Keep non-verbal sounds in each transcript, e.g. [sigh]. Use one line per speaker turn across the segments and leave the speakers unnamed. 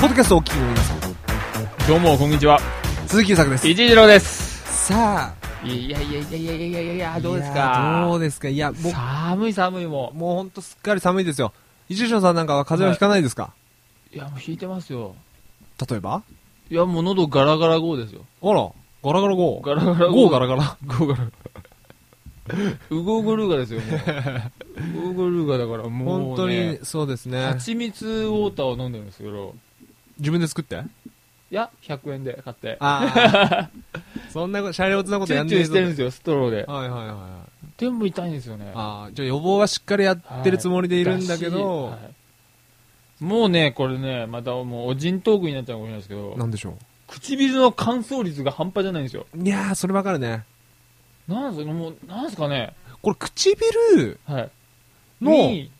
ポッドキャストをお聞きの皆さん、
どうも、こんにちは。
鈴木優作です。
いじじろです。
さあ、
いやいやいやいやいやいやいや、どうです
いやーど
か
うですかいや、もう、
寒い寒いも
もうほんとすっかり寒いですよ。一条さんなんかは風邪はひかないですか、
う。いや、もう引いてますよ。
例えば
いや、もう喉ガラガラ号ですよ。
あら、ガラガラゴー。
ガラガラ
ゴ
号。
ーガラガラ。
ゴーガラ。ウゴウゴルーガですよ、もう。ウゴウゴルーガだから、もう、ね。
本当に、。そうですね。
蜂蜜ウォーターを飲んでるんですけど、
自分で作って
いや、100円で買って。
ああ。
[laughs]
そんなこと、シャレオツなこと
チュ
や
ー
ん
チ
ね
ュー
え
し
ぞ
てるんですよ、ストローで。
はいはいはい。
でも痛いんですよね。
ああ、じゃあ予防はしっかりやってるつもりでいるんだけど、
しはいもうね、これね、またもうおじんトークになっちゃうかもしれないですけど、
なんでしょ
唇の乾燥率が半端じゃないんですよ。
う。いやー、それわかるね。
なんすか、もう、なんすかね、
これ唇
はい。
の
に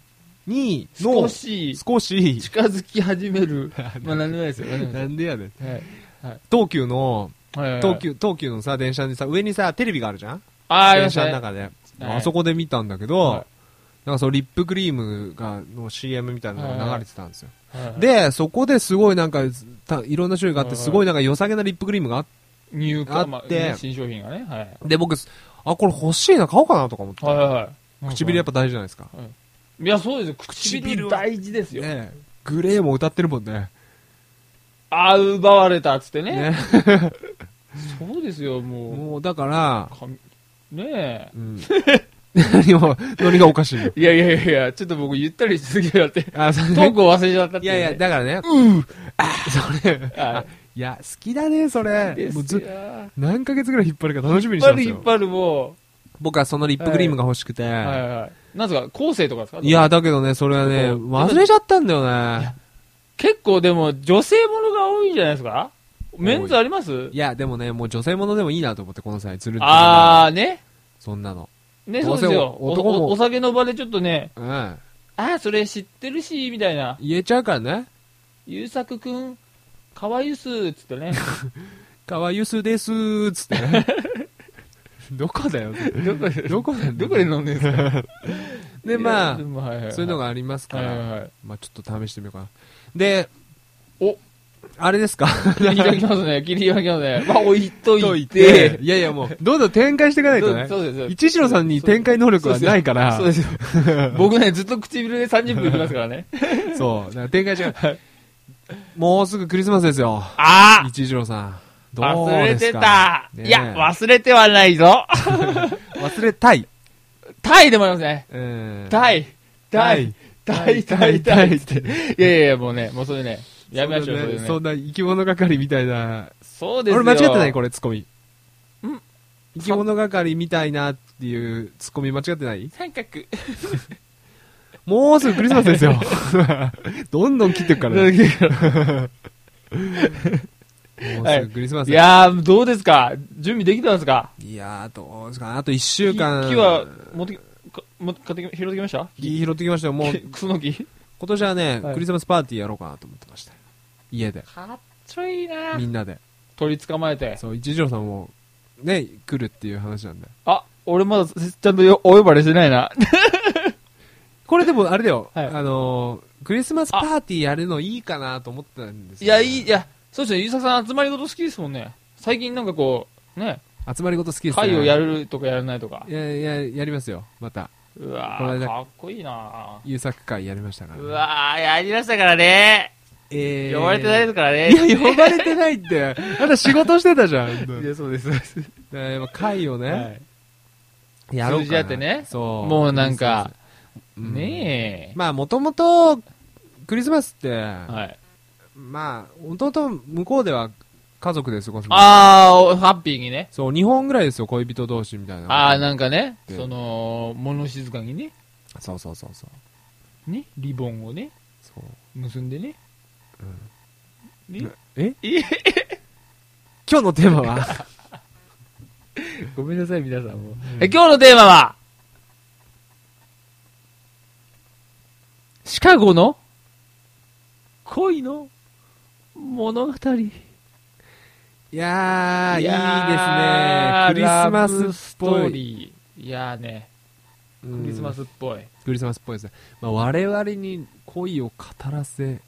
に、の
少、し
少し、
近づき始める。まあ、なんでもないですよ。なんでもない
なんでやねん。
です
東急の、
はい。はい。
東。急、東急のさ、電車にさ、上にさ、テレビがあるじゃん
あーありま
電
し
車
た
の
ね。
中で。
はい
あそこで見たんだけど、
は
なんかそのリップクリームが、の CM みたいなのが流れてたんですよ。
はい、
で、そこですごいなんか、たいろんな種類があって、
はい
すごいなんか良さげなリップクリームがあっ
入荷、
あって
まあね、新商品がね。はい。
て、僕、あ、これ欲しいな、買おうかなとか思って。
はいはいはい。
唇やっ
ぱ。
ぱ大事じゃないですか。
いや、そうですよ。
唇
唇
は
大事ですよ。
ねえグレーも歌ってるもんね。
ああ、奪われたっつってね。
ね
そうですよ、も
もうだから
う。、かねえ。 [laughs]
うん。何も、ノリがおかしいよ。
いやいやいやいや、ちょっと僕ゆったりしすぎるよって。
あ、そ
ト
れ
ークを忘れちゃったって
いうや
ね。
いや、だからね。うあ、 [laughs] それ。
あ
いや、好きだね、それ。もうず
いや
何ヶ月ぐらい引っ張るか楽しみに
引っ
してた
張
ん
る
です
引っ
よ。
張るも
僕はそのリップクリームが欲しくて。
う。はいはい。なんすか、後世とかですか
い、や、だけどね、それはね、
そう
忘れちゃったんだよね。
結構でも女性ものが多いんじゃないですかメンズあります
いや、でもね、もう女性ものでもいいなと思って、この際、つるって。
あーね。
そんなの。
ね、
ど
そうう
せ
ですよ。
お男も
おおお酒の場でちょっとね、
うん。
ああ、それ知ってるし、みたいな。
言えちゃうからね。
ゆうさくくん、かわゆす、つってね。
かわゆすですー、つってね。 [laughs] どこだよ。
どこで
どこなんだ
どこで飲んでるんですか
で、まあ、
いやでもはいはいはい
そういうのがありますか
はいはい
ら、
はい。
まあちょっと試してみようかな。で、
お
あれですか
切り
[laughs]
開きますね、切り開きますね。まあ、置いと
と
い
い
て。
て、いやいやもう、どんどん展開していかないとね。
そうですよ。
一城さんに展開能力はないから、
そうですよ。僕ね、ずっと唇で30分いきますからね。
そう、だから展開しよう。もうすぐクリスマスですよ。
ああ
一城さん。どう
忘れ
です
て
か
た、
ねえ
いや、忘れてはないぞ
忘れたい。
タイでもありますね。
うん
タイ、タイ、タイ、タイ、タイっ
タイ
て。いやいやいや、もうね、もうそれね、やめましょう、
そ
そ
んな
れ
ね
ね。
そんな生き物係みたいな。
そうですよ。
俺間違ってないこれ、ツッコミ。
ん
生き物係みたいなっていうツッコミ間違ってない
三角。
もうすぐクリスマスですよ。どんどん切ってくからね。もうすぐクリスマス
いやー、どうですか準備できたんですか
いやー、どうですかあと一週間。
木木は、持ってき、か持って買ってき、拾ってきました
木拾ってきましたよ。もう、
クソの木
今年はね、
はい
クリスマスパーティーやろうかなと思ってました。家で。
かっちょいいな
みんなで。
鳥捕まえて。
そう、一条さんも、ね、来るっていう話なんで。
あ、俺まだせちゃんとよお呼ばれしてないな。
これでもあれだよ。
はい
あのー、クリスマスパーティーやるのいいかなと思ってたんです
い
よ
や、
ね
いい、い。や、そうですね、ゆうさくさん集まりごと好きですもんね。最近なんかこう、ね、
集まりごと好きですね。
会をやるとかやらないとか
い。や、いや、やりますよ。また。
うわ
この
ー
間
かっこいいな
優作会やりましたから、
うわーやりだしたからね。
えー
呼ばれてないですからね。
いや、呼ばれてないって。まだ仕事してたじゃん。
いや、そうです。
だからやっぱ会をね、
はい
やろうかな
通じ合ってね
そう。
もうなんか、
うん
ね
まあ、もともと、クリスマスって、
え。はい。
まあ、もともと向こうでは家族で過ごす。
あー、おハッピーにね。
そう、日本ぐらいですよ、恋人同士みたいな。
あー、なんかね、
うん
その、物静かにね、
そうそうそうそう。
ね、リボンをね、
そう
結んでね。ね
え
え
[laughs] 今日のテーマ
[laughs]
は
ごめんなさい、皆さんも。え今日のテーマは、シカゴの恋の物語。
いやー、
いや
いいですね。クリスマスっ
ラブ
ぽ
ストー
い。
リー。いやーね、
ク
クリスマスっぽい。
クリスマスっぽいですね。まあ、我々に恋を語らせ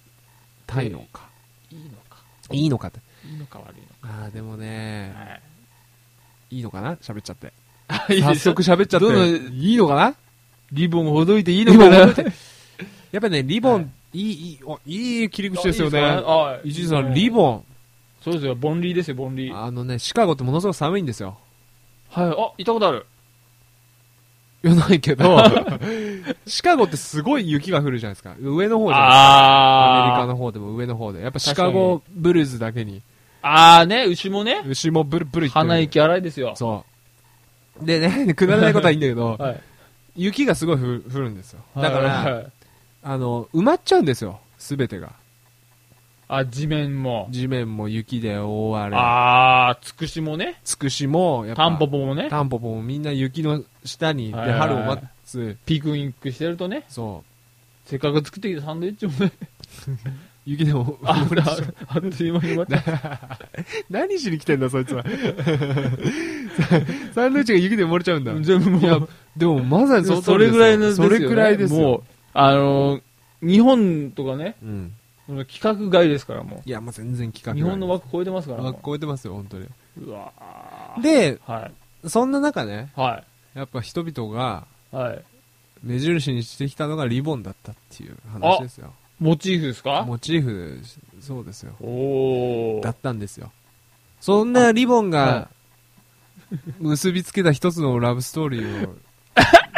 たいのか。
いいのか
いいのかって。
いいのか悪いの
ああ、でもね
か、はい
いのかな喋っちゃ
[laughs]
って。
あ
早速喋っちゃって。
どの
いいのかな
リボンほどいていいのかな
リボンほどい
[laughs]
やっぱね、リボン、、
はい
い、いい、おいい切り口ですよね。
あ
伊集院さん、リボ
そうですよ、ボンリーですよ、ボンリー。
ン。
はい、
あのね、シカゴってものすごく寒いん
[laughs]
ですよ。
あ、行ったことある。
いや、ないけ
[laughs]
ど、シカゴってすごい雪が降るじゃないですか。上の方じゃないですか。アメリカ
あー。
の方でも上の方で。やっぱシカゴブルーズだけに、
あーね、牛もね、
牛もブルブル言ってる。
鼻息荒いですよ。
そう。でね、くだらないことはいいんだけど、
[laughs] はい。
雪がすごい降る降るんですよ。だから、
はいはいはい
あの、埋まっちゃうんですよ。すべてが。
あ、地面も。
地面も雪で覆われ、
あー、つくしもね、
つくしも、やっぱ、
タンポポもね、
タンポポもみんな雪の下に、で、
はいはいはい
春を待つ、
ピクニックしてるとね、
そ
せっかく作ってきたサンドイッチもね、
う。雪でも、
あ、ほら、あっという間に終わっちゃう。
何しに来てんだ、そいつは。 [laughs] サンドイッチが雪で埋もれちゃうんだ。
全部もう
いやでも、まさにその
そ
通りで
れ
すよ
ぐらいのですよ、
そ
ね。
れくらいですよ。
もう、あのー、日本とかね、
うん。
その規格外ですから、も
いや、もう全然企画外
う。日本の枠超えてますから、もう
枠超えてますよ、本当に。
うわー
で、
はい。
そんな中ね、
は
やっぱ人々が
い。はい。
目印にしてきたのがリボンだったっていう話ですよ。
モチーフですか
モチーフ、そうですよ。
お
だ
ー。
ったんですよ。そんなリボンが
は
結びつけた一つのラブストーリーを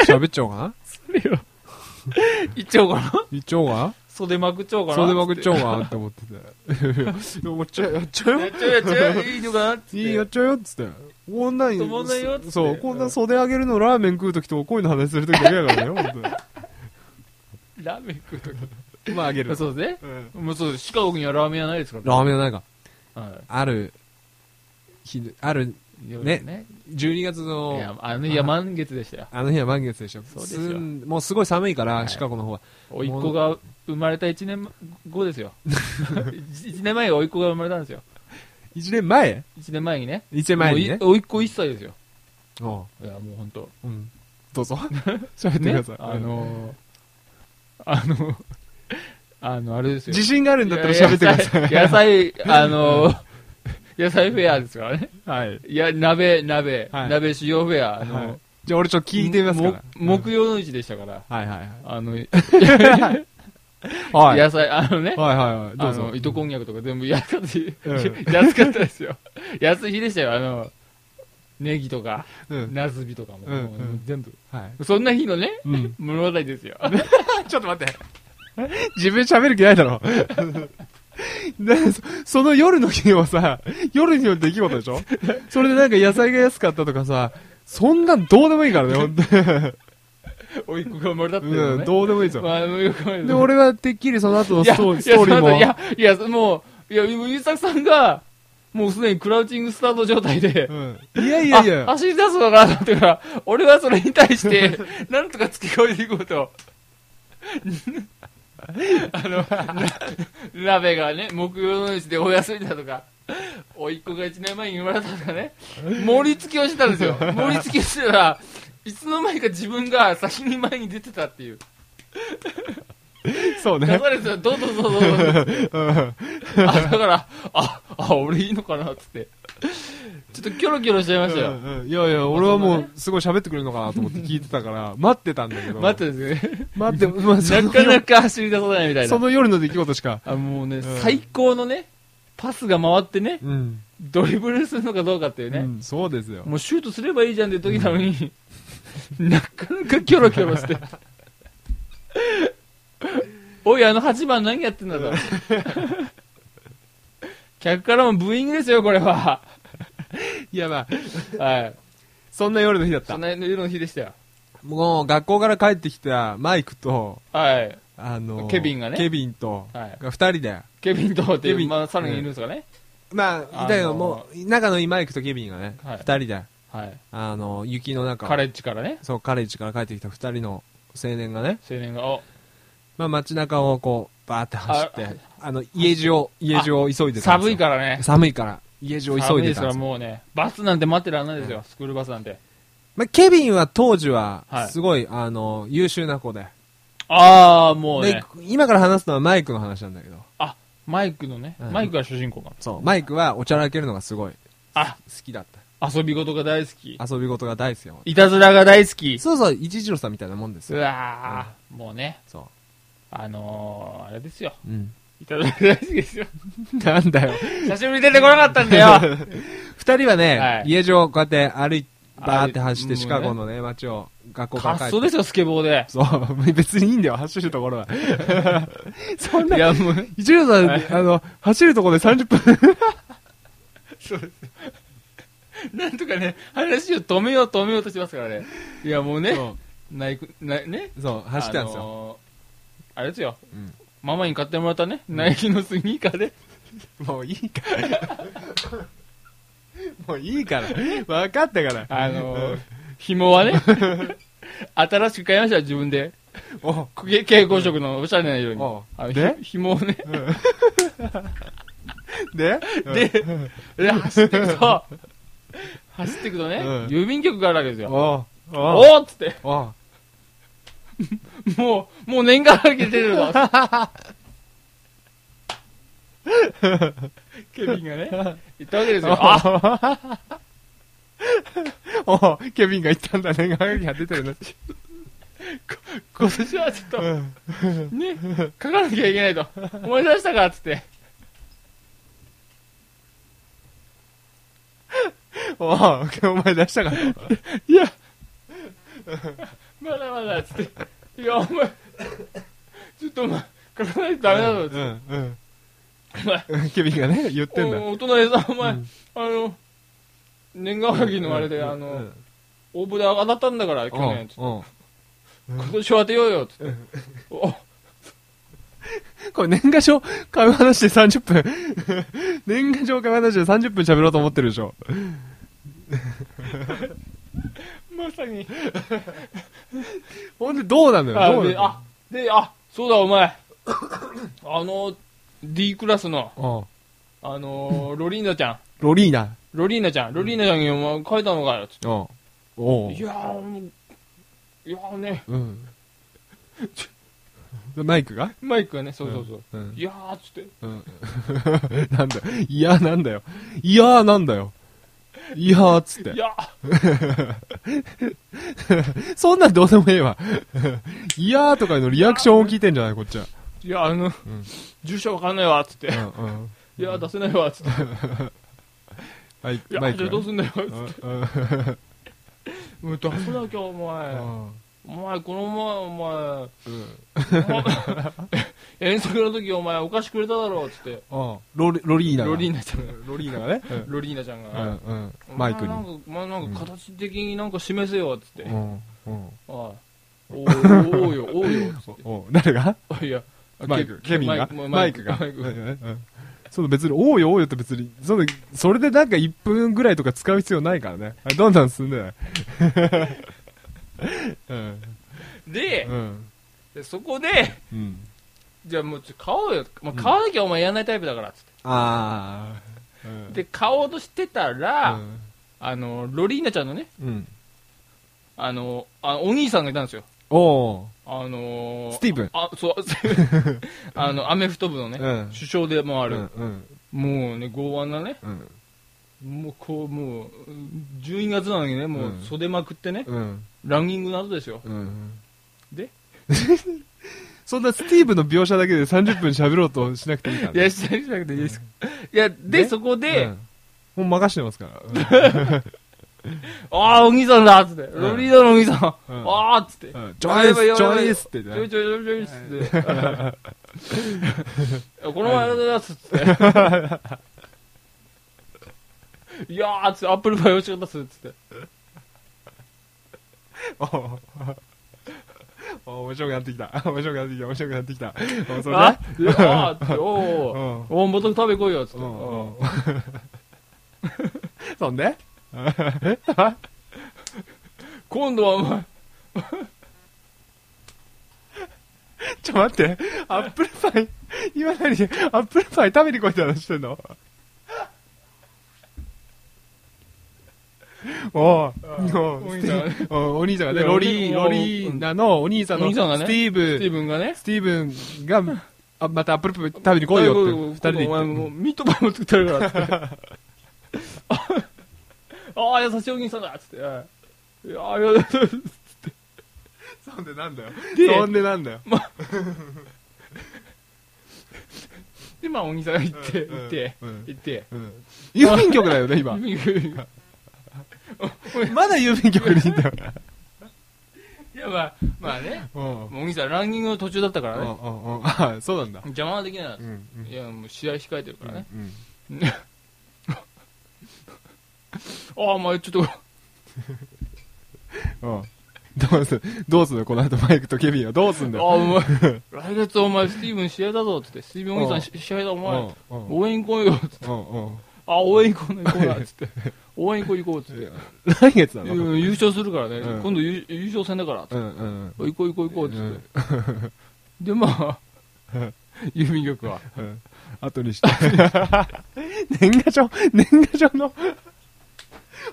喋っちゃおうかな
[laughs] いっちゃおうかな
言っちゃおうかな
袖まくっちゃおうかな
袖まくっちゃおうかなって思ってて。でもやっちゃうやっちゃう
や
よ
っちゃうやっちゃういいのかなっつって。
いいやっちゃうよっつって。こんなん
止まんないよっつって
そう、こんな袖上げるのラーメン食うときとお声の話するときだけやからね、ほん
ラーメン食うとか。
とまああげる。
そうですね。
うん
もうそうです。シカゴにはラーメン屋ないですから。
ラーメンはなんか、
は
ある、日ある、
い。
ね
ね。
12月
い
の、
や、あの、いや、満月でしたよ。
あの日は満月でしょ。
そうですよ
すんもうすごい寒いから、
はい
シカゴの方は。
おいっ子が生まれた1年後で
[laughs]
すよ。1年前においっ子が生まれたんですよ。
1年前
1年前にね。
?1 年前にね。
もういおいっ子1歳ですよ。
お
いや、もうほんと。
ううん。どうぞ。喋ってください。
あのー、あのー、あの、あれですよ。
自信があるんだったら喋ってください。
野菜、野菜あのー、野菜フェアですからね。
はい。
いや、鍋、鍋、
はい
鍋使用フェア。あのー
はいじゃあ俺ちょっと聞いてみますから。
も木曜の市でしたから。
はいはい
あの、
[laughs] はい。はい。
野菜、あのね、
はいはいはい。ど
あ
うぞ
の、。糸こんにゃくとか全部安かった、
うん
安かったですよ。安い日でしたよ、あの、ネギとか、
うん。
ナスビとかも、
うん
も
う
うん全部。
はい。
そんな日のね、
うん。
物語ですよ。 [laughs]
ちょっと待って。自分喋る気ないだろ。 [laughs] だそその夜の日はさ、夜の日の出来事でしょそれでなんか野菜が安かったとかさ、そんなんどうでもいいからね、ほんとに。
おいっ子が生まれたっていうのね。
うん、どうでもいいですよ。
まあ、よくわかんない
で、俺はてっきりその後の
いや
ストーリー
い
ス
や
トーリーも。
その後いや、いや、もう、いや、もう、ゆうさくさんが、もうすでにクラウチングスタート状態で、
うんいやいやいや。
あ走り出すのかなと思ってから、俺はそれに対
[laughs]
して、なんとか付き越えていこうと。 [laughs] あの、な鍋がね、木曜の日でお休みだとか、おいっ子が1年前に生まれたとかね、盛り付けをしてたんです
[laughs]
よ。盛り付けしてたら、いつの間にか自分が先に前に出てたっていう。
そう
出
ね。
されてたどうぞどうぞどうぞ。
うん
あ、だから、あ、あ、俺いいのかなっつって。ちょっとキョロキョロしちゃいましたよ。
うんいやいや、俺はもう、すごい喋ってくれるのかなと思って聞いてた
[laughs]
から、待ってたんだけど。
待ってですね。
待って、 [laughs] まあ、そ
な
の
かなか走り出さないみたい
そ
な。
の夜の出来事しか。
あもうね、
うん
最高のね、パスが回ってね、
うん。
ドリブルするのかどうかっていう
う
ね、
んそうですよ。
もうシュートすればいいじゃんって時なのに、 [laughs] なかなかキョロキョロして。 [laughs] おい、あの8番何やってんだと。 [laughs] 客からもブーイングですよ、これは。
いやまあ、
はい。
そんな夜の日だっ
そ
た
ん。な夜の日でしたよ。
もう、学校から帰ってきたマイクと、
はい。
あの、
ケビンがね
ケビンと、
はい。
が二人で。
ケビンとって
ケビ
いう、
ン
まあ、さらにいるんですかね。
ま
あの
あ、だけどもう、仲のいいマイクとケビンがね、
はい
二人で、
はい。
あの、雪の中を
カレッジからね、
そう、カレッジから帰ってきた二人の青年がね、
青年が、お
まあ、街中をこう、バーって走って、あの、家路を、家路を急いでたんですよ
寒いからね。
寒いから、家路を急い
寒い
で
です
た
か
んです
ら
よ。
もうね、バスなんて待ってらんないですよ、スクールバスなんて。
まあ、ケビンは当時は
は、い
すごい、あの、優秀な子で。
ああ、もう
で
ね、、
今から話すのはマイクの話なんだけど。
マイクのね、
うん
マイクが主人公かな
そう、マイクはおちゃらけるのがすごい
あ、
好きだっ
遊び事が大好き。
た。遊び事が大好きだもん。
いたずらが大好き。
そうそう、一郎さんみたいなもんです
う
よ。
わー、もうね、
そ
あのー、あれですよ。
う。うん。 [laughs]
いたずらが大好きですよ。
なんだよ。
久しぶりに出てこなか [laughs] ったんだよ。
二人はね、
はい
家路をこうやって歩いバーって走っ
あ
てシカゴのね、街を、学校から
滑
帰って。
走ですよ、スケボーで。
そう、 [laughs] 別にいいんだよ、走るところ
[laughs]
は。そん
い
な、
や、もう、
一郎さん、
はい
あの、走るところで30分。
[laughs] そうです。なんとかね、話を止めよう止めようとしますからね。いや、もうね、
そ
ないく、ない、ね。
うそう、走ったんです
あ
よ。
のーあれですよ。
うん
ママに買ってもらったね、ナイキのスニーカーで。
もういいから。もういいから。分かったから。
あのー、
[laughs]
紐はね、新しく買いました、自分で。
お
け蛍光色のおしゃれな色に。
おう
あの
で
ひ紐をね、
で、
で、で走っていくと、走っていくとね、
うん
郵便局があるわけですよ。
お
お
お
ーっつって、
お
もう、もう年間だけ出てるわ。
[laughs]
ケビンがね、言ったわけですよ。あ
[laughs] おケビンが言ったんだね。 [laughs] が出てるね。
今年はちょっと、
うん
ね、書かなきゃいけないと。思い出したかっつって。
おうお前出したから。
いや、まだまだっつって。いや、お前、ちょっとお前、書かないとダメだぞっつ
う
っ
んうん
て。お前
うん。ケビンがね、言ってんだ。
おお隣さん、お前、
うん
あの、年賀はぎのあれで、あの、
うん
応募で当たったんだから、去年、つって
うん
今年当てようよ、つって。お
これ年賀状買う話で30分。 [laughs] 年賀状買う話で30分喋ろうと思ってるでしょ。
まさに。
ほんでどうなのよ。
あ
どう
で、
な
あ、で、あ、そうだ、お前。あの、D クラスの、
のうん
あのー、ロリーナちゃん。
ロリーナ。
ロリーナちゃん。ロリーナちゃんにお前書いたのかよ。つっ
うん。お
て
う
い。やー、いやーね、
うん。マイクが
マイクがね、そうそうそう。
うん。
いやー、つって。
うん。 [laughs] なんだよ。いや、なんだよ。いやー、なんだよ。いやー、つっ
い
て。
やー、
そんなんどうでもええわ。いやーとかのリアクションを聞いてんじゃないこっちは。
いや、あの、
ん
住所わかんないわ、つって。
うんうん。
いやー、出せない
[laughs]
わ、つって。
はい、
いや
マイ
じゃ
ク
あ
が。
どうすん
[laughs]
だよ、
うんうん
もう出せなきゃ、お前。お前、この前、
うん
お前、遠足の時、お前、お菓子くれただろ、つって。
うんロリロリーナが。
ロリーナちゃんが、
ロリーナがね。
ロリーナちゃん
う
が
ん。うん。マイクに
お前。なんか、お前なんか形的になんか示せよ、つって。
う
はい
ん。うん。
おうおうよ、おうよ、つっ
お誰が
て。いや、
マイク。ケビンが
マ
マ
イ
イ
ク
ク
が
が。
マ
う
イク
んう
が
んその別に、おうよおうよって別に、その、それでなんか1分ぐらいとか使う必要ないからね。あどんどん進んでない。うん。
で
う、ん。
でそこで、
うん。
じゃあもうちょっと買おうよ。まあ、買わなきゃお前やらないタイプだから、つって。
ああ。うん、
で、買おうとしてたら、あの、ロリーナちゃんのね、
うん。うん。
あの、あお兄さんがいたんですよ。
お
あの
ースティーブン。
あ、そう、あの、アメフト部のね、
うん
首相でもあ
あ
る、
うん。
もうね、剛腕なね、
うん。
もうこう、もう、12月なのにね、もう
うん
袖まくってね、
うん。
ランニングなどですよ。
うん。
で
そんなスティーブの描写だけで30分喋ろうとしなくていいから、
い
ね。
や、しなくていいですか。いや、で、
ね
そこで、
うんもう任してますから。うん
ああ、お兄さんだっつって、
ん
ロリーダのお兄さん、あ
[laughs] うん
あーっつって、
ジョニーです、ジョニーですって
ち
ね
ょいちょいちょいちょいっつって、この前ありがとうございますっつ [laughs] って、いやーっつって、アップルパイ美味しかったっすっつって。
お [laughs] お面白くなってきた。 [laughs] 面白くなってきた。面白くなってきた。おそれ
あ
ね。
いやーって、お
う
ー
ん。
おー、もと食べこいよ、つって。
うん
うん
[laughs] そんで
今度はお前、
ちょ、待って。アップルパイ、今何アップルパイ食べに来いって話してんのおおお
お兄さん
おお兄さ
がね
んがね、ロリー、ロリーナのお兄さん
お
の
兄
ス
さ
テ
んがね
ィー
スティ
ブ、
ーブンがね、
スティーブンが、あまたアップルプ食べに来いよって、二人で
お
行
前
って。
もうミートパイも作ってやるからっつって。ああ、優しいお兄さんだっつって。はいいやー、いや
そんでなんだよ。
で
そんでなんだよ。
で、まあ、お兄さんが行って、
うん
行って、
うん
行って。
うん郵便局だよね、今。
指が
[laughs] まだ郵便局にいんだよ。
いや、まあ、まあね。
うん。
もうお兄さん、ランニングの途中だったか
う
ら
んうん
ね。
うん。あそうなんだ。
邪魔はできない。
うんうん
いや、もう試合控えてるからね。
うん
ああ、まあ、ちょっと、
うん。どうするどうするこの後マイクとケビンはどうすんだ
あ
よ。
お前、
[laughs]
来月お前、スティーブン試合だぞっつって、スティーブンお兄さ
うんん
し試合だ、お
う
前、
んうん
応援行こうよっつって、
うんうん。
あ、応援行こうね、行こうな、っつって、応援行こう行こうっつって、
来月なのうん
うん優勝するからね、
うん
今度優優勝戦だからっつって、
うん
行こう行こう行こうっつって、で、ま
[laughs]
あ、郵便局は、
うん。後にして。年賀状、年賀状の、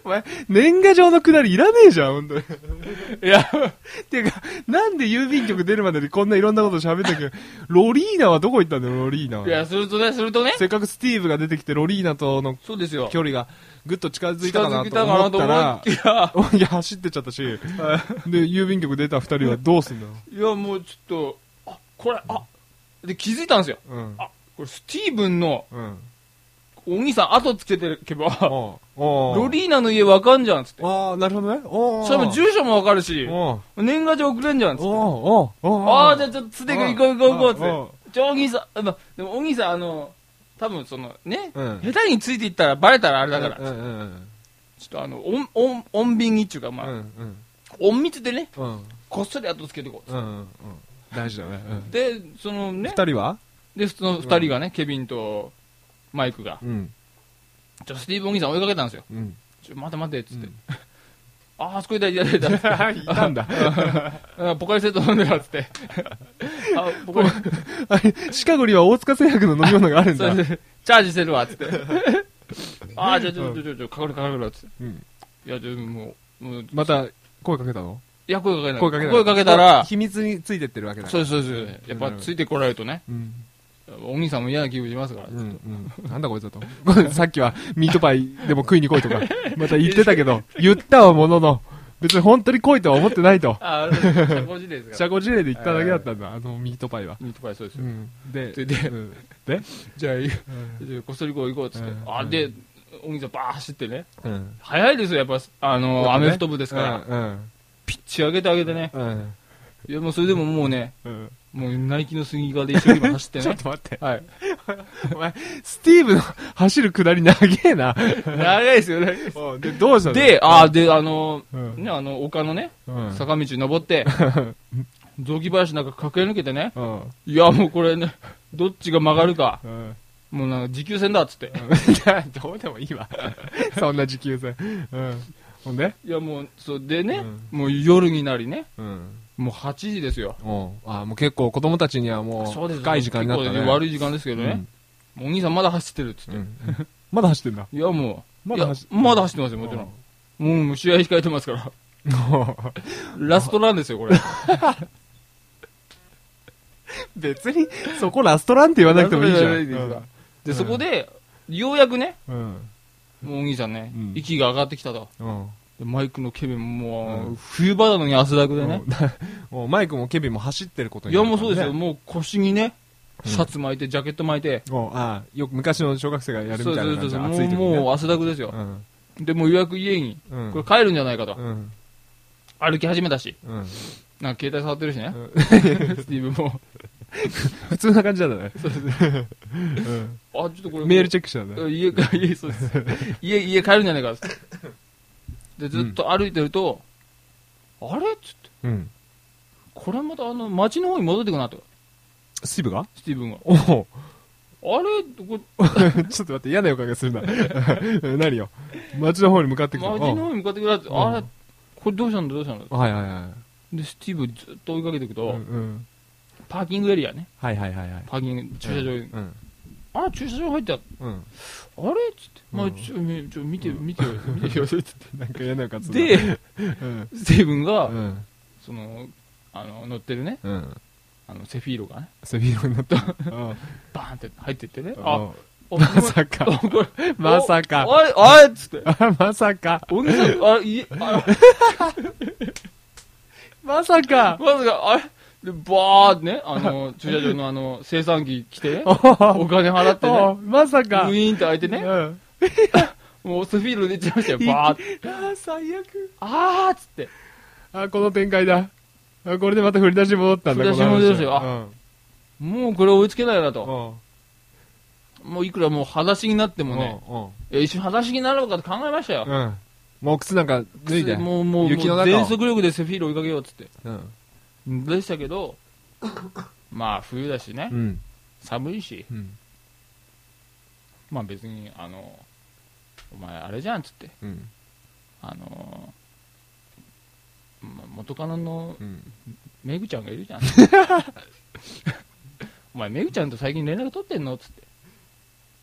お前、年賀状のくだりいらねえじゃん、本当に。
いや、
てか、なんで郵便局出るまでにこんないろんなこと喋ったけど、ロリーナはどこ行ったんだよ、ロリーナ
いや、
は。
するとね、するとね、
せっかくスティーブが出てきて、ロリーナとの
そうですよ、
距離がぐっと近づい
近
たか
づ
な
け
と
たか
思
な
っ
と
た
思
ら
い、き
[laughs]
や、
いや、走ってっちゃったし、で、郵便局出た二人はどうすんだよ。
いや、もうちょっと、あ、これ、あ、で、気づいたんですよ、
うん。
あ、これ、スティーブンの、
うん。
お兄さん後つけてけば、ロ
ロ
リーナの家わかんじゃんっつって。
ああ、なるほどね。おー
それも住所もわかるし、
おー
年賀状くれんじゃんっつって。
おーおー
ああ、じゃあちょっとつてく行こう行こう行こうっつ
うん
って。じゃあお兄さん、あまでもお兄さんあの、多分そのね、
うん
下手についていったらバレたらあれだから、
うんうんうん
ちょっとあの、おん、おん、おんびんにっちゅうか、ま
う
あ、
んうん
隠密でね、
うん
こっそり後つけていこうっつっ
うんうん大事だね。うん
て。で、そのね、
二人は
で、その二人がね、ケビンとマイクが、
うん。
ちょ、スティーブンお兄さん追いかけたんですよ。
うん。
ちょ、待て待てっつって。
うん
[laughs] あーあそこいたいた
[laughs]
いたいた。
いたんだ。
あポカリセット飲んでるわっつ
[laughs]
って。あ、ポカリ、
あれ、シカゴには大塚製薬の飲み物があるん
そ
だ
れ。で、チャージしてるわっ
[laughs]
つって。あー、ちょちょちょちょちょ、かかるかかるわっつっ
うん
て。いや、ちょ、もう、もう、い
また、声かけたの
や、声かけない。
声かけた
声かけたら、
秘密についてってるわけだ。。
そううそうそう。やっぱついてこられるとね、
うん。
お兄さんも嫌な気分しますから。
うんうん、 [laughs] なんだこいつだと。さっきはミートパイでも食いに来いと [laughs] か、また言ってたけど、言ったはものの、別に本当に来いとは思ってないと。
あー、社交辞令ですか
社交辞令で言っただけだったんだ、あのミートパイは。
ら。ミートパイそうです
う
よ。
ん、で、
でで
うんで、
じゃあ、いいよじゃあこっそり行こう行こうっつって
うん。
あ
う
ー、
ん
で、お兄さんバーッ走ってね。
うん、
早いですよ、やっぱ、あ
やっ
のー、ア
ぱね
メフト部ですから。
うん、
ピッチ上げてあげてね。
うん、
いや、もうそれでももうね、
うん。
もうナイキの杉川で一生懸命走 [laughs] って
ちょっ
ね。
と待って、
はい。
[laughs] お前、スティーブの走るくだり長えな。
長いですよ、長いです。
うんで、どうしたの、
で、あーで、あの
う
ー、
ん、
ね、あの、丘のね、
うん、
坂道登 [laughs] って、雑木林なんか駆け抜けてね、
うん、
いや、もうこれね、どっちが曲がるか、
うん。 [laughs]
もうなんか持久戦だっつって。
どうでもいい [laughs] わ。そんな時給戦。うん。ほんで
いや、もう、そうでね、
う
もう夜になりね、
うん。
もう8時ですよ。
おあもう結構子供たちにはも
そう
う
です
深い時間になった
結
ね
構悪い時間ですけどね、もうお兄さんまだ走ってるっつって。
うんうん [laughs] まだ走ってんだ
いや、もう、
ま
い
だ
や
走
まだ走ってますよ、もちろん。もうもう試合控えてますから。ラストランですよ、これ。
別にそこラストランって言わなくてもいいじゃん
ラストランじゃないですかで、そこで、ようやくね、
うん
もうお兄さんね、
うん
息が上がってきたと。
うん
でマイクのケビンももう、
うん
冬場なのに汗だくでね。
もうマイクもケビンも走ってることに
いや、もうそうですよ。
ね
もう腰にね、
うん
シャツ巻いて、ジャケット巻いて。
おあよく昔の小学生がやる
そ
み
う
たい
そ
な
う
感
そう
じで暑
そう。もう
い時に
もう
ね
汗だくですよ
う。ん
で、もう予約家に、
うん
これ帰るんじゃないかと
う。ん
歩き始めたし。
うん
なんか携帯触ってるしね。 [laughs] スティーブも。
普通な感じだねうん
あ、ちょっとこれ。
メールチェックしたんだね
家か、 [laughs] 家、そうです。家、家帰るんじゃないかっつ
[laughs]
って。で、ずっと歩いてると、あれっつって、
うん
これまたあの、街の方に戻ってくなと、
スティーブが
スティーブンが。
おお
あれこ
ちょっと待って嫌な予感がするな [laughs] うん何よ街の方に向かって
街
くる
の方に向かってくるやつ、
ん
あれこれどうしたんだ、どうしたんだ。
おはいはいはい
で、スティーブンずっと追いかけていくと、
うんうん
パーキングエリアね、
はいはいはいはい
パーキング、駐車場、
うん
あれ駐車場入った、あれ
うん
っつって、ま
う
あ、
ん
ちょ、みちょ見て、見
[laughs]
てよ、見てよ、つって。
なんか嫌な予感するな
で、
うん
スティーブンが、
うん
その、あの、乗ってるね、
うん
あのセフィーロがね
セビーロになった。うん
バーンって入ってってね、
う
あ
ん
お
まさか。 [laughs] まさか。
おいおいっつって
あまさか。
お兄さんあいあ
まさか。
まさかあれでバーってねあの駐車場のあの生産機来
[laughs]
てね
お
お金払ってね
おまさ
ウ
か。
ィーンって開いて
う
ね
ん。
もうセフィーロ出ちゃいましたよバーって
あー最悪。
あーっつって
あ、この展開だ。あこれでまた振り出しに戻ったんだ、
振り出しに戻りますよあもうこれ追いつけないな
こ
と
の
もういくらもう裸足になって
話う
も
ん。
ね
うん。うん
え一瞬裸足になろうかと考えましたよ
うん。もう靴なんか脱いで。
もうもう
雪の
も
中を
う全速力でセフィール追いかけようっつって
うん。
でしたけどまあ冬だしね
うん。
寒いし
うん。
まあ別にあのお前あれじゃんっつって
うん。
あのまあ元カノの
うん。
メグちゃんがいるじ
[laughs]
ゃん [laughs] お前メグちゃんと最近連絡取ってんのっつって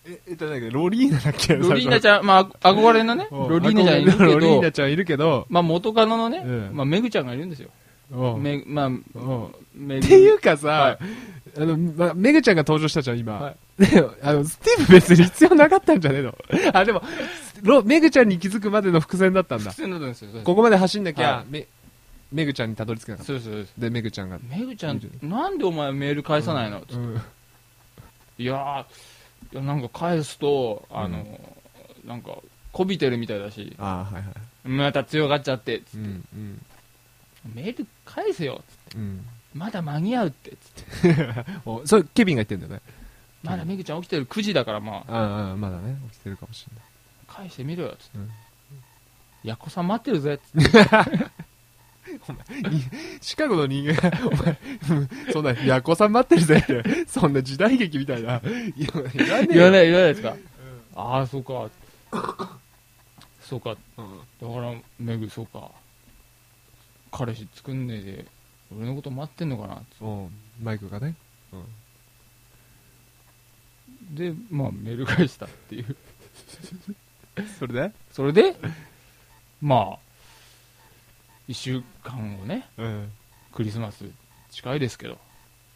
え、えっと、なんかロリーナだっけ
ロリーナ
ゃ
ちゃんまあ憧れ
[laughs]
のねロリーナちゃんいるけ
ロリー
ど
ナちゃんいるけど。
まあ元カノのね、
うん
まあ、メグちゃんがいるんですよ、
うん
めまあ、
うん
メ
っ
グ
ていうかさ、
はい
あの、ま、メグちゃんが登場したじゃん、今。
は
で [laughs] あの、スティーブ別に必要なかったんじゃねえの [laughs] あ、でも、ロメグちゃんに気づくまでの伏線だったんだ
伏。線だったんですよ、そうです
ここまで走んなきゃ、
はい
めメグちゃんにたどり着けなかっ
そうですそうです
た。で、メグちゃんが。
メグちゃん、なんでお前メール返さないの、つって
うん。
いやーいや、なんか返すと、あの、なんか、こびてるみたいだし、
あはいはい。
また強がっちゃって、
うん、うん、
メール返せよ、
うん。
まだ間に合うって、つって
おそれ、ケビンが言ってんだよね。
まだメグちゃん起きてる9時だから、まあ、
ああ、まだね、起きてるかもしれない。
返してみろよ、つって。
うん
やっこさん待ってるぜ、つって。
シカゴの人間が、お前、うんそんな、ヤコさん待ってるぜって、そんな時代劇みたいな。言わない
[laughs] 言わない、言わないですか。ああ、そうか。 [coughs] そうか。
うん
だから、メグ、そうか。彼氏作んねえで、俺のこと待ってんのかな、つって
うん。マイクがね。
で、まあ、メール返したっていう。 [laughs]
それで
それで、まあ、一週間後ね、
うん。
クリスマス近いですけど、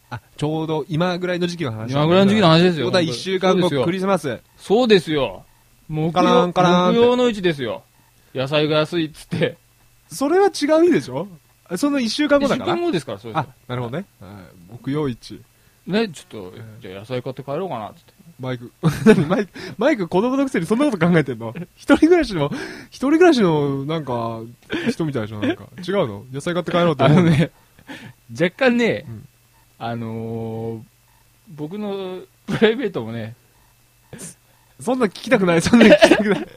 あ、ちょうど今ぐらいの時期の話。
今ぐらいの時期の話ですよ。
まだ1週間後、ク
そうですよ
リスマス。
そうですよ。木
カラ
曜
ンカランって
木曜の位置ですよ。野菜が安いっつって。
それは違う意味でしょあその1週間後
一
だ
週
から
間。後ですから、そうです
あ、なるほどね。木曜市。
よ。ね、ちょっと、じゃあ野菜買って帰ろうかなっ
[laughs]
つって。
マイク。何マイク、マイク子供のくせにそんなこと考えてんの一人暮らしの、一人暮らしの、なんか、人みたいじゃん。なんか、違うの野菜買って帰ろうと
あ
思
の
う。
ね、若干ね、
うん
あのー僕の [laughs] プライベートもね、
そんな聞きたくない、そんな聞きたくない。
[laughs]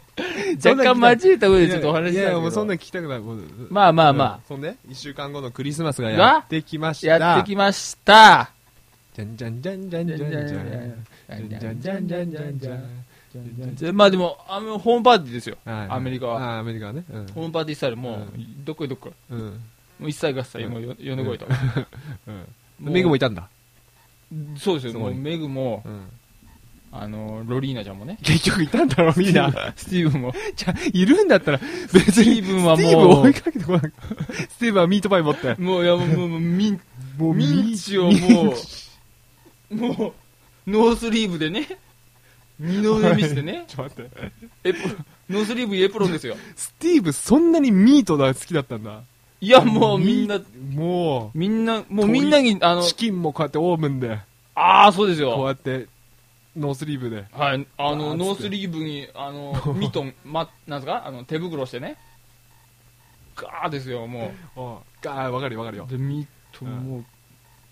若干交えた上でちょっとお話
いやい
ししたんだけ
や、
ど
もうそんな聞きたくない。もう
まあまあま
うんそんで、1週間後のクリスマスがやってきまし
あ、
た。
やってきました。
じゃんじゃんじゃんじゃんじゃんじゃんじゃん。じゃんじゃんじゃんじゃんじゃん。
でまあでもあのホームパーティーですよ、
はい
アメリカは
あアメリカはね。うん
ホームパーティースタイルもう、
う
どっこいどっこい
うん。
もう一切合切もうよ呼んでこいと、
うん。メグもいたんだ。
そうですよ
そ
も
こ
う
に
メグも
うん。
あのロリーナちゃんもね
結局いたんだろ、みん
[laughs]
な。
スティ
[laughs]
ーブンも
じゃあいるんだったら、別
スティ
に、
ーブンは
スティーブ
も
追いかけてこなくスティーブはミートパイ持って
う。もういやもうもうもうミン
も
ミンチをもうもうノースリーブでね二の腕見せてね
[laughs] ちょっと待って。
エプロンノースリーブエプロンですよ
スティーブそんなにミートが好きだったんだ。
いやもうみんな
も
みんなもうみんなにあ
う、
の
チキンもこうやってオーブンで、
ああそうですよ
こうやって、ノースリーブで。
はい、あ
わー
の
っつって
ノースリーブにあ
[laughs]
のミトン、ま、なんですかあの手袋してねガーですよも
うんあーわかるよわかる
う
よ。
でミト
うん
ンもう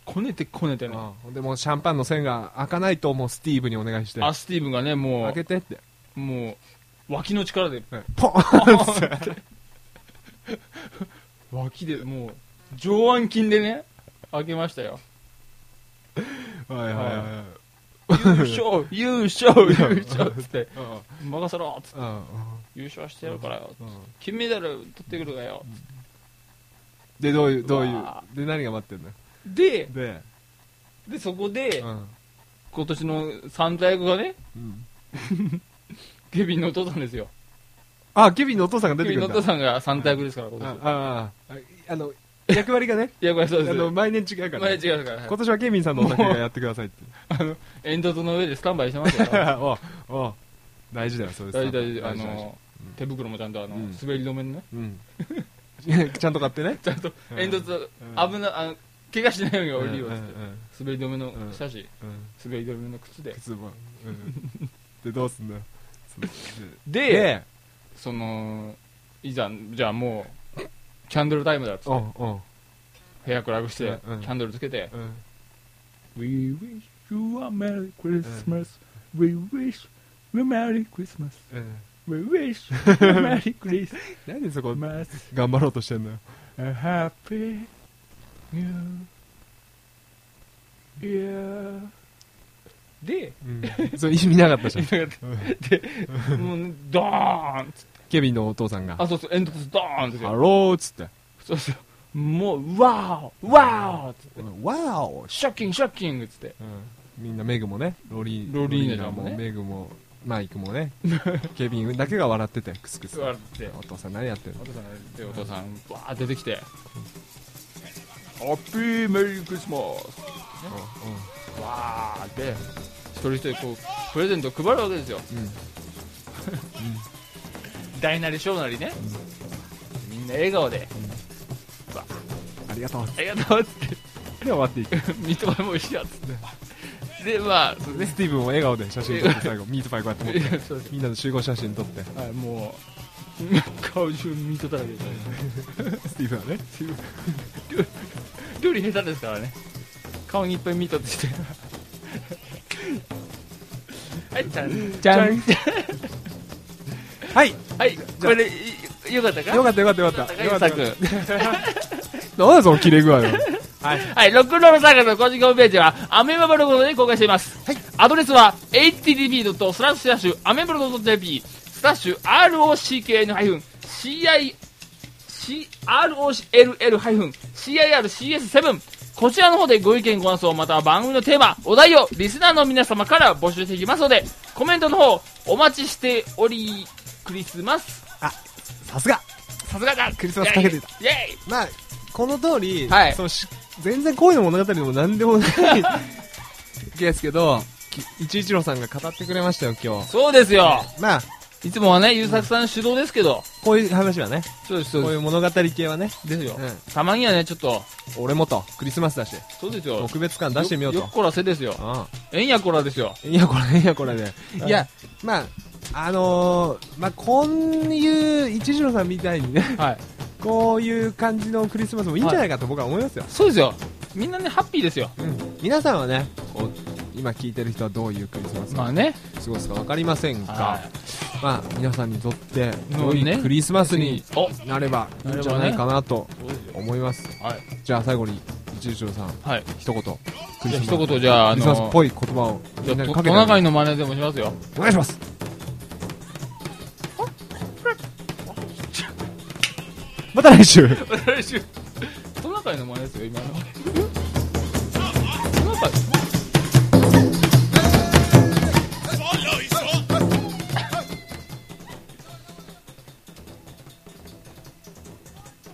こねてこねてね
うんでもうシャンパンの栓が開かないと、もうスティーブにお願いして。
アスティーブがねも
開けてって。
うもう脇の力で
[laughs] ポンって。
脇でもう上腕筋でね開けまし
[laughs]
たよ
はいはいはい。
優勝優勝優勝っつって
うん
任せろっつって
うん
優勝してやるからよ
うん
金メダル取ってくるがよ
で、どういう、どういう
うわ、
で、何が待ってんの
で
で、
でそこで
うん
今年の三大役がね
うん
ケビンのお父さんですよ
あ、ケビンのお父さんが出
ケ
て
ビ
く
ンの
る
お
ん
父
だ。
さんが3択ですから、今
あ
年。
ああああの、役割がね、
いや、これそ
あ
うです。
の、毎年違うから
前
ね、
違うから。
今年はケンミンさんのお酒がやってくださいって。
煙突の上でスタンバイしてますか
[laughs]
ら。
おうおう大事だよ、それ
大事大事。あ、
大事
の、手袋もちゃんとあの、
うん
滑り止めのね。
うん。 [laughs] ちゃんと買ってね。
ちゃんと
うん
煙突、
うん
危な、あの、怪我しないように降りようっつ
う
っ
ん
て。
うん
滑り止めの下地、
うんうん
滑り止めの靴で。
靴も。うんで、どうすんだよ。[laughs]
で、
で、
その、いざ、じゃあもう、キャンドルタイムだっつって
おうおう
部屋暗くして、
うん
キャンドルつけて、
うん。
We wish you a Merry Christmas. We wish you a Merry Christmas.
うん。
We wish you [laughs] a Merry Christmas.
何そこ、頑張ろうとしてんの [laughs] よ。
A happy new year. で、
それ意味なかったじゃん。
もうドーンっつって
ケビンのお父さんが。
あ、そうそう、煙突ドーンって
ハローっつって。
そうそう。もう、ワーワーっつって、
わお
ショッキング、ショッキングっつって。
みんなメグもね、ロリー、
ロリーナちゃんも
も
ね
メグも、マイクも [laughs] ね、ケビンだけが笑ってて、クスクス。
笑って、
お父さん何やってるの
お父さんが出て、お父さん、わー出てきて、ハッピーメリークリスマスわーって、一人一人こう、プレゼントを配るわけですよ。
うん。うん。
大なり小なりね。みんな笑顔で、
ありがとう。
ありがとうっつって。
で、終わっていく。
ミートパイも一緒やっつってでまあそう
スティーブンも笑顔で写真撮って [laughs] 最後、ミートパイこうやって持って、
ねそう
みんなの集合写真撮って、
はいもう [laughs] 顔中ミートだらけですよね
スティーブンはね、
料理下手ですからね顔にいっぱいミートついて [laughs] はいちゃん
じゃんはい
はいこれでいよかったか
よかったよかったよかった。
よ
よか
かっ
ったた
か
よかっ。
よかった
なんだその切れ具合は。はい。
たはい、ロックンロールサークルの公式ホームページは、アメーバブログで公開しています。
はい
アドレスは、http. スラッシュスラッシュアメブログ .jp スラッシュ ROCKN-CI ROCLL-CIRCS7 こちらの方でご意見ご感想または番組のテーマお題をリスナーの皆様から募集していきますのでコメントの方お待ちしておりクリスマス
[laughs] さすが
さすがだク
リスマスかけてた
イエイイエイ
まあ、この通り、
はい
そのし全然恋の物語でも何でもない [laughs] ですけど、き一一郎さんが語ってくれましたよ、今日。
そうですよ
まあ、
いつもはね優作さん主導ですけど
こういう話はね、
そうで
こ
すそう
う
で
いう物語系はね、
すですよ
う
たまにはねちょっと
ん、俺もと、クリスマスだし、
そうですよ
特別感出してみようと。
よっこらせですよ
あ
えんやこらですよ
あいや、これ、いや、これで、
はい
いや、まあ、あのー、まあ、こういう、一条さんみたいにね、
はい
こういう感じのクリスマスもいいんじゃないかと僕は思いますよ。
そうですよみんなねハッピーですよ
うん、皆さんはね、こう、今聞いてる人はどういうクリスマスを
まあね
過ごすか分かりませんが、
は
まあ、皆さんにとって
も
良
うね
いクリスマスに
お
なればいいんじゃないかなと
そうですよ
思います、
はい
じゃあ最後に一条さん
はい
一言ク
じ
リ
ゃあ
スマス
一言じゃああ
クリスマスっ
の
ぽい言葉を
じ
みん
ゃ
な
あ
に
ト
かけて
トナカイの真似でもしますよ
お願いしますまた来週
トナカイの真似ですよ今のトナカイ